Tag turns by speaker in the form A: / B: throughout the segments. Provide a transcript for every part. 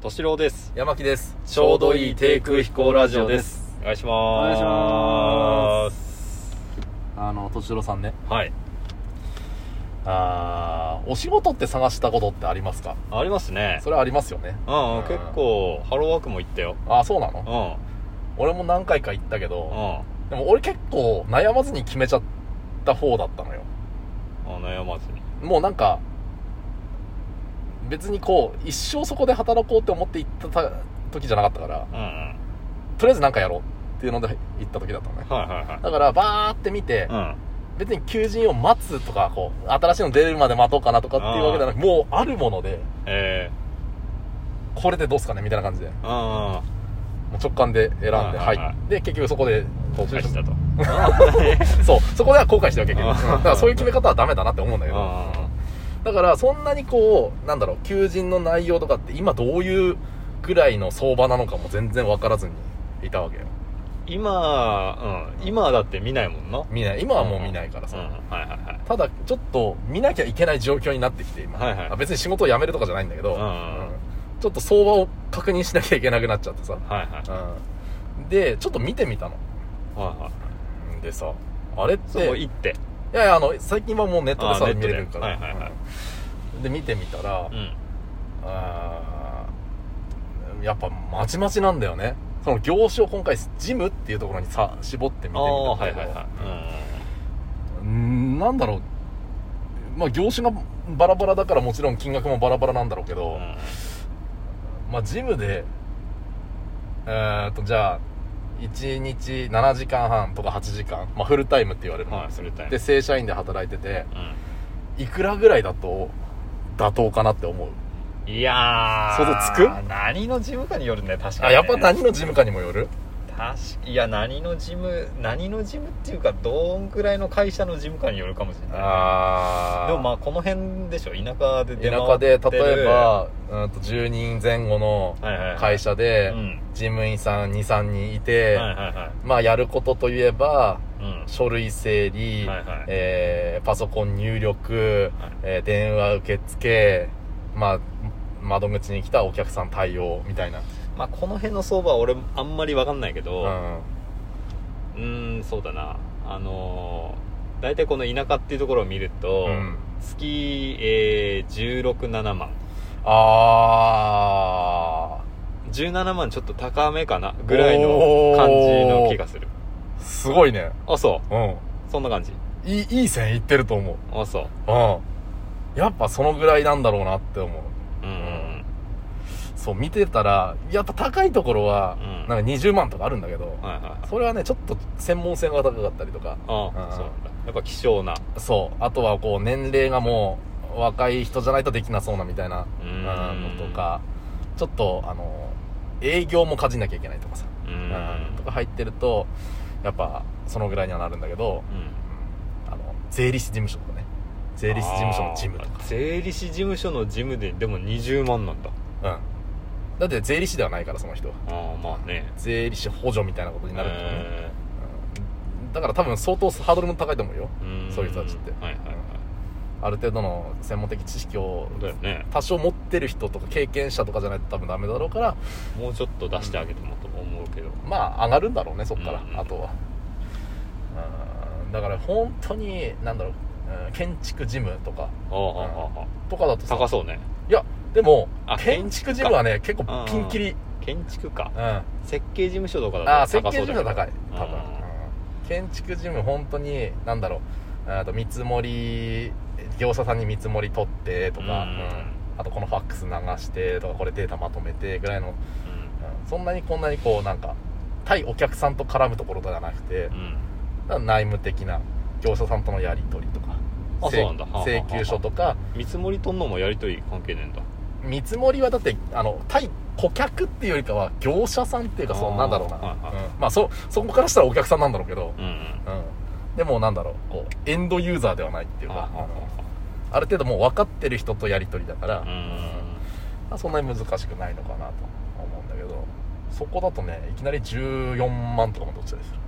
A: 敏郎です。
B: 山木です
A: ちょうどいい低空飛行ラジオです。お願いします。
B: お願いしますあの敏郎さんね
A: はい。
B: あーお仕事って探したことってありますか
A: ありますね。
B: それはありますよね
A: うん、
B: うん
A: 結構、ハローワークも行ったよ。
B: ああそうな
A: う
B: の
A: ん。うん。
B: 俺も何回か行ったけど
A: あ
B: でも俺結構悩まずに決めちゃった方だったのよ
A: 悩まずに。
B: もうなんか別にこう一生そこで働こうって思って行ったた時じゃなかったから
A: うんうん。はい
B: とりあえず何かやろうっていうので行った時だったのね
A: はいはい。
B: だからバーって見て、
A: うん。
B: 別に求人を待つとかこう新しいの出るまで待とうかなとかっていうわけじゃなくもうあるもので
A: え
B: これでどうすかねみたいな感じでも
A: ー、うんうん。
B: う直感で選んで
A: は
B: 入
A: いはいはい
B: って結局そこで
A: 後悔したと。うん
B: そうそこでは後悔してる結局
A: あ
B: うん
A: ー
B: だからそういう決め方はダメだなって思うんだけ
A: う
B: ど
A: ん
B: だからそんなにこうなんだろう求人の内容とかって今どういうぐらいの相場なのかも全然分からずにいたわけよ
A: 今、うん。今だって見ないもんな。
B: 見ない今はもう見ないからさ、
A: うんうんはいはいはい。
B: ただちょっと見なきゃいけない状況になってきて今、
A: はいはい
B: あ別に仕事を辞めるとかじゃないんだけど、
A: うん
B: ちょっと相場を確認しなきゃいけなくなっちゃってさ、
A: はいはい。
B: うんでちょっと見てみたの
A: はいはい。
B: でさあれって
A: そこ
B: い
A: 行って。
B: やいやあの最近はもうネットで
A: あ
B: さ
A: ネット
B: 見
A: で
B: れるから、
A: はいはいはい
B: うんで見てみたら、
A: うん。
B: あーやっぱまちまちなんだよねその業種を今回ジムっていうところにさ絞って見てみ
A: あ
B: たん
A: あ、は
B: だけ
A: い
B: ど
A: はいはい。
B: うんなんだろう、まあ、業種がバラバラだからもちろん金額もバラバラなんだろうけ
A: う
B: ど、
A: ん。うん
B: まあ、ジムでえーっとじゃあ1日7時間半とか8時間、まあ、フルタイムって言われるの、
A: はい、それタイム。
B: で正社員で働いてて
A: う。
B: いくらぐらいだと妥当かなって思うん
A: いやー。
B: 想像つく
A: 何のジムかによるね、確かに、ね。
B: あやっぱ何のジムかにもよる
A: 確かいや何の事務何の事務っていうかどんくらいの会社の事務かによるかもしれない
B: あ
A: でもまあこの辺でしょ田舎で出回
B: 田舎で
A: ってる
B: 例えば、うん、と10人前後の
A: はいはいはい
B: 会社で
A: うん
B: 事務員さん23人いて、
A: はいはいはい
B: まあやることといえば
A: うん
B: 書類整理、
A: はいはい
B: えーパソコン入力、
A: はい
B: えー電話受付、まあ、窓口に来たお客さん対応みたいな、
A: まあこの辺の相場は俺あんまり分かんないけ
B: う
A: ど
B: ん、
A: うーんそうだなあのー大体この田舎っていうところを見ると、
B: うん
A: 月、えー、167万
B: あ
A: 17万ちょっと高めかなぐらいの感じの気がする
B: ーすごいね、
A: あそう
B: うん、
A: そんな感じ
B: いいいい線いってると思う、
A: あそう
B: うん、やっぱそのぐらいなんだろうなって思
A: う
B: う
A: んうんうん
B: そう見てたらやっぱ高いところは
A: うん
B: なんか20万とかあるんだけど、
A: はいはいはい
B: それはねちょっと専門性が高かったりとか
A: ああ、
B: うん
A: そうなんだやっぱ希少な
B: そうあとはこう年齢がもう若い人じゃないとできなそうなみたいな
A: う
B: うん
A: ん
B: のとかちょっとあの営業もかじんなきゃいけないとかさ
A: う
B: うん
A: ん
B: とか入ってるとやっぱそのぐらいにはなるんだけどうんあの税理士事務所とかね税理士事務所の事務と
A: あー税理士事務所の事務ででも20万なんだ
B: か、うん、だって税理士ではないからその人は
A: ああまあね
B: 税理士補助みたいなことになるとね、
A: え
B: うんだから多分相当ハードルも高いと思うよ
A: ーん
B: そういう人たちって
A: はいはいはい
B: ある程度の専門的知識を
A: そうだよね
B: 多少持ってる人とか経験者とかじゃないと多分ダメだろうから
A: もうちょっと出してあげてもと思うけど
B: まあ上がるんだろうねそっから、
A: うん
B: あとはうんだから本当に何だろううん建築事務とか
A: ああああああ
B: とかだとさ
A: 高そうね
B: いやでも
A: あ
B: 建築事務はね結構ピンキリ、
A: 建築か
B: うんあ
A: 設計事務所とか
B: あ
A: だ
B: ー設
A: と
B: 計
A: 高
B: 事
A: そうだ
B: 務
A: けど
B: は高い多分、
A: う
B: うんん建築事務本当に何だろうあと見積もり業者さんに見積もり取ってとか、
A: うん
B: うんあとこのファックス流してとかこれデータまとめてぐらいの、うんそんなにこんなにこうなんか対お客さんと絡むところではなくて
A: う、んうん
B: 内務的な業者さんとのやり取りとか
A: あそうなんだはあはあは
B: 請
A: あ
B: 求書とか
A: 見積もりとんのもやりとり関係ねえんだ
B: 見積もりはだってあの対顧客っていうよりかは業者さんっていうかそ
A: あ
B: の
A: ー
B: なんだろうな、
A: はいは
B: うんまあそそこからしたらお客さんなんだろうけど、
A: うんうん
B: うん、でもなんだろうこうエンドユーザーではないっていう
A: はあ
B: か
A: はあは
B: ある程度もう分かってる人とやり取りだから、
A: あうん
B: まあそんなに難しくないのかなと思うんだけどそこだとねいきなり14万とかもどっちでする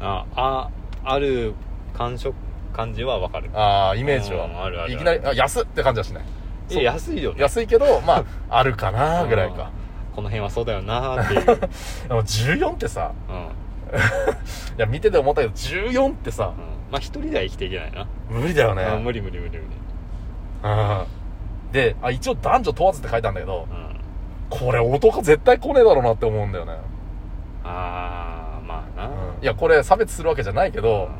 A: ああある感触感じはわかる
B: ああイメージ
A: うんあるあるあ
B: は
A: る
B: いきなりあ安っって感じはしない
A: え
B: そう
A: 安いよね
B: 安いけどまああるかなぐらいか
A: うんこの辺はそうだよなーっていう、
B: でも14ってさ
A: うんうん
B: いや見てて思ったけど14ってさ
A: まあ一人では生きていけないな、
B: 無理だよね
A: あ無理無理無理無理、
B: うんであ一応男女問わずって書いたんだけど
A: うん、
B: これ男絶対来ねえだろうなって思うんだよね、
A: ああまあな、
B: いやこれ差別するわけじゃないけ
A: う
B: ど、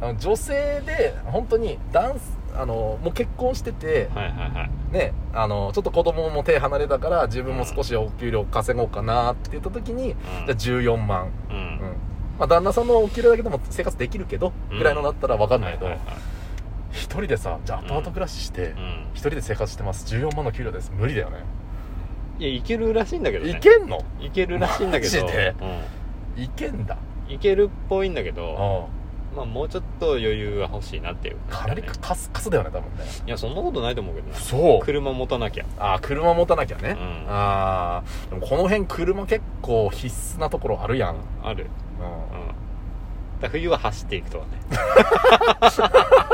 B: あの女性で本当に男あのもう結婚してて、
A: はいはいはい
B: ね、あのちょっと子供も手離れたから自分も少しお給料稼ごうかなって言った時に
A: うん
B: じゃあ14万、
A: う
B: うん
A: ん
B: まあ、旦那さんのお給料だけでも生活できるけど
A: うん
B: ぐらいのなったら分かんないけど
A: はいはいはい
B: 一人でさじゃあアパート暮らしして
A: うん
B: 一人で生活してます14万の給料です無理だよね
A: いやいけるらしいんだけどね
B: いけんの
A: いけるらしいんだけど
B: マジで
A: う
B: いけんだ
A: ん、いけるっぽいんだけ
B: う
A: ど
B: ん
A: まあもうちょっと余裕が欲しいなっていう
B: か
A: 感
B: な
A: じだね、
B: りカスカスだよね多分ね
A: いやそんなことないと思うけどな
B: そう
A: 車持たなきゃ
B: あー車持たなきゃね、
A: うん
B: ああでもこの辺車結構必須なところあるやん、
A: ある
B: うん
A: うんだから冬は走っていくとはね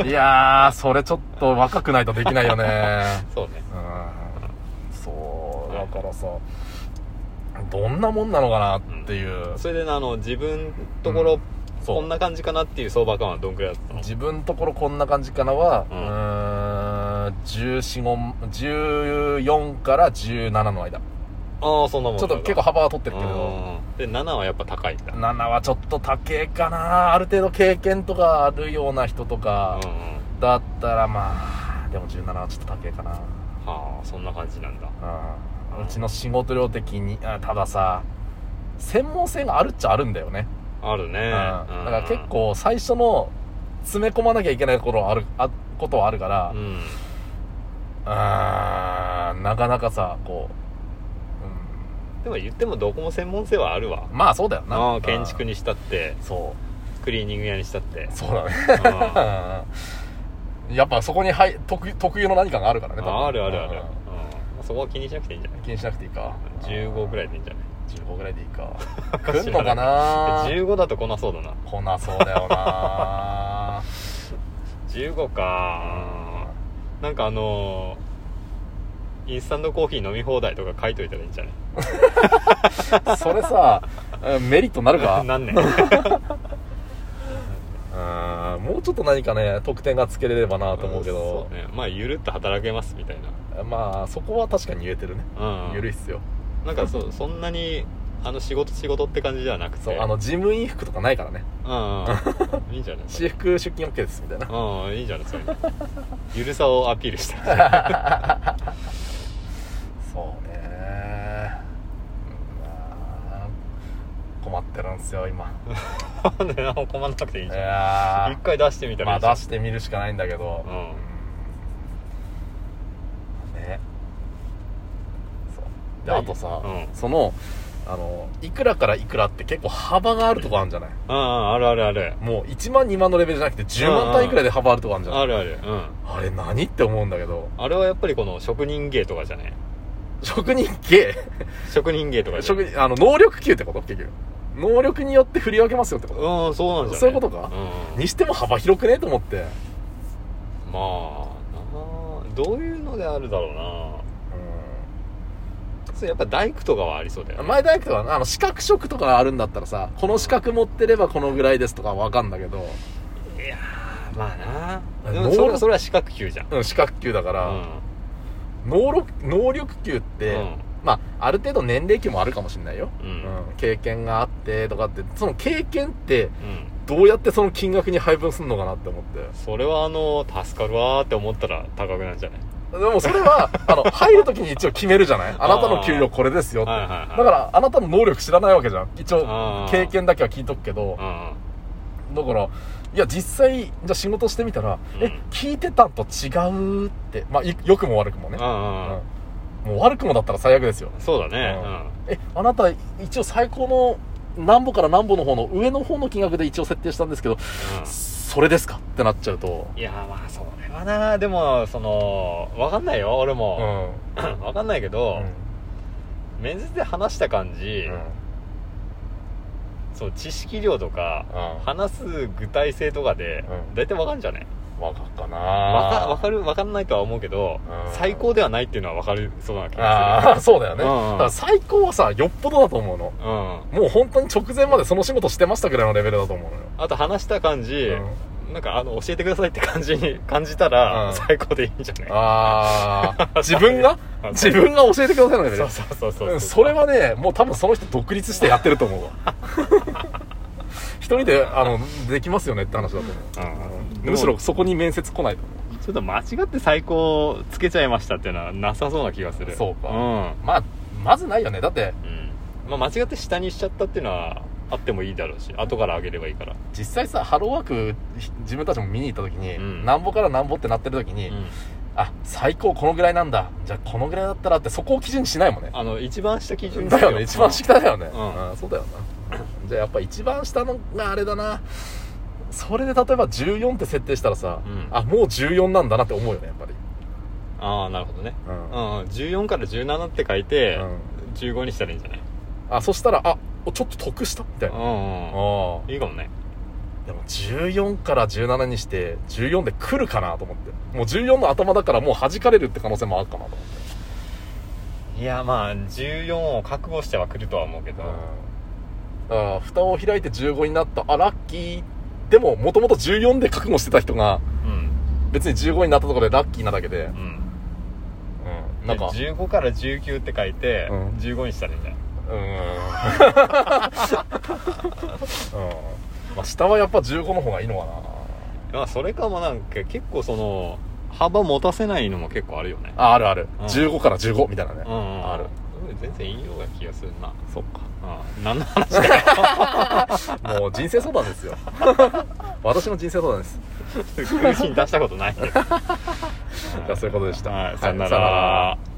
B: いやー、それちょっと若くないとできないよね。
A: そうね
B: うん。そう、だからさ、どんなもんなのかなっていう。
A: それでねあの自分ところ、
B: うんそう
A: こんな感じかなっていう相場感はどんくらいだったの
B: 自分ところこんな感じかなは、
A: う
B: うーん、14、14から17の間。
A: ああそんなもん
B: ちょっと結構幅は取ってるけど、
A: うんで7はやっぱ高いんだうんうん
B: 7はちょっと高えかな。ある程度経験とかあるような人とか、だったらまあ、でも17はちょっと高えかな。
A: はあそんな感じなんだ
B: うんうちの仕事量的にあたださ専門性があるっちゃあるんだよね、
A: あるね
B: う、
A: うんん
B: だから結構最初の詰め込まなきゃいけないことはあるあことはあるから、
A: うん
B: あーなかなかさこ
A: でも言ってもどこも専門性はあるわ
B: う、うん、まあそうだよな
A: ああ建築
B: に
A: にしたって
B: そ
A: クリーニング屋にしたって
B: うそうだね
A: あ
B: うんやっぱそこに、はい、特特有の何かがあるからね多分
A: ああるあるある
B: う
A: う
B: ん
A: んそこは気にしなくていいんじゃない
B: 気にしなくていいか
A: 15ぐらい
B: で
A: でいいんじゃない
B: 15ぐらいでいい か来んのかな
A: 15だと来なそうだな
B: 来なそうだよな
A: 15かなんかあのーインスタントコーヒー飲み放題とか書いといたらいいんじゃない
B: それさうんメリットになる か
A: なんね
B: うんもうちょっと何かね得点がつけれればなと思うけ
A: ん
B: ど
A: そう、ねまあゆるっと働けますみたい
B: まあそこは確かに言えてるね
A: なうん
B: ゆるいっすよ
A: なんかそそんなにあの仕事仕事って感じじゃなくて
B: そうあの事務員服とかないからね
A: うん うんいいんじゃないそ
B: 私
A: れ
B: 服出勤 OK ですみたいな
A: うんいいんじゃないそれゆるさをアピールした
B: そうねうんまあ困ってるんですよ今
A: なんで何も困んなくていい
B: い
A: じゃん一
B: や
A: 回出してみたら
B: ーま
A: い
B: あ
A: いじゃん
B: 出してみるしかないんだけど
A: うん
B: うんねそうで
A: はい
B: あとさ、
A: うん
B: そのあのいくらからいくらって結構幅があるとこあるんじゃない
A: うんうんあるあるある
B: もう1万2万のレベルじゃなくて10万単位くらいで幅あるとこあるんじゃない
A: あるあるうん
B: あれ何って思うんだけど
A: あれはやっぱりこの職人芸とかじゃない
B: 職人系
A: 職人芸とかじゃな
B: 職
A: い
B: 人あの能力級ってこと結局能力によって振り分けますよってこと、
A: うんそうなんじゃない
B: そういうことか
A: うん
B: にしても幅広くねと思って、
A: まあなあどういうのであるだろうなそれやっぱ大工とかはありそうだよ
B: うん、
A: ね
B: 前大工とかあの資格職とかあるんだったらさこの資格持ってればこのぐらいですとかわかんだけど
A: いやーまあな
B: あ
A: でも
B: 能
A: それ
B: 力
A: それは資格級じゃん
B: うん、資格級だから、
A: う
B: 能力能力級って、
A: うん
B: まあある程度年齢級もあるかもしれないよ、
A: んう
B: うん
A: うん
B: ん、経験があってとかってその経験ってどうやってその金額に配分するのかなって思って
A: それはあの助かるわーって思ったら高くなるんじゃない
B: でもそ れはあの入るときに一応決めるじゃないあなたの給料これですよって
A: はいはい
B: だ
A: はい
B: からあなたの能力知らないわけじゃん一
A: あ
B: 応
A: ー
B: 経験だけは聞いとくけど
A: うん
B: だからいや実際じゃあ仕事してみたら、
A: うん
B: え聞いてたんと違うってまあい良くも悪くもね
A: う、んうん
B: うんもう悪くもだったら最悪ですよ
A: そうだね
B: えあなた一応最高の何歩から何歩の方の上の方の金額で一応設定したんですけど
A: うんうん
B: それですかってなっちゃうと
A: いやまあそれはなでもそのわかんないよ俺
B: う
A: も、
B: ん
A: わかんないけ
B: う
A: ど
B: ん、
A: 面接で話した感じ、そう知識量とか、
B: うん
A: 話す具体性とかで、
B: うん
A: 大体わかんじゃね
B: わかっかな
A: わか
B: わ
A: わかるわかんないとは思うけど
B: うん
A: 最高ではないっていうのはわかるそうな気
B: あ
A: が
B: あそうだよね、
A: うんうん
B: だから最高はさよっぽどだと思うの
A: するうん
B: もう本当に直前までその仕事してましたぐらいのレベルだと思うのよ
A: あと話した感じ、なんかあの教えてくださいって感じに感じたら、
B: うん
A: 最高でいいんじゃない
B: ああ自 分が自分が教えてくださいのレベル
A: そうそうそうそう、
B: うんそれはねもう多分その人独立してやってると思うわ 一人であのできますよねって話だと思
A: うん、
B: うむしろそこに面接来ないと思
A: ちょっと間違って最高つけちゃいましたっていうのはなさそうな気がする
B: そうか
A: うん
B: うまあまずないよねだって
A: うんまあ、間違って下にしちゃったっていうのはあってもいいだろうし後から上げればいいから、
B: 実際さハローワークひ自分たちも見に行った時に、
A: うん
B: なんぼからなんぼってなってる時に、あ最高このぐらいなんだじゃあこのぐらいだったらってそこを基準にしないもんね
A: あの一番下基準に
B: だよね一番下だよね
A: うん
B: うんそうだよなじゃあやっぱ一番下のがあれだなそれで例えば14って設定したらさ、
A: うん
B: あもう14なんだなって思うよねやっぱり
A: ああなるほどね
B: う
A: うんんうん14から17って書いて、
B: う
A: 15にしたらいいんじゃない
B: あそしたらあおちょっと得したみたいなあ
A: うんうん
B: あ
A: いいかもね
B: でも14から17にして14で来るかなと思ってもう14の頭だからもう弾かれるって可能性もあるかなと思って
A: いやまあ14を覚悟しては来るとは思うけど、
B: だから蓋を開いて15になったあラッキーでももともと14で覚悟してた人が
A: うん
B: 別に15になったところでラッキーなだけで
A: う、ん
B: うん、なんか
A: 15から19って書いて、
B: うん
A: 15にしたらいいんじゃないう
B: ーん、うんまあ、下はやっぱ15の方がいいのかな
A: まあそれかもなんか結構その幅持たせないのも結構あるよね
B: ああるある、
A: うん
B: 15から15みたいなね、
A: うんうん
B: ある
A: 全然いいような気がするな
B: そっか
A: うん何の話だよ
B: もう人生相談です よ私の人生相談です
A: 空気に出したことないけど
B: じゃあそういうことでした
A: はい
B: はい
A: さよな
B: さよな
A: ら
B: ら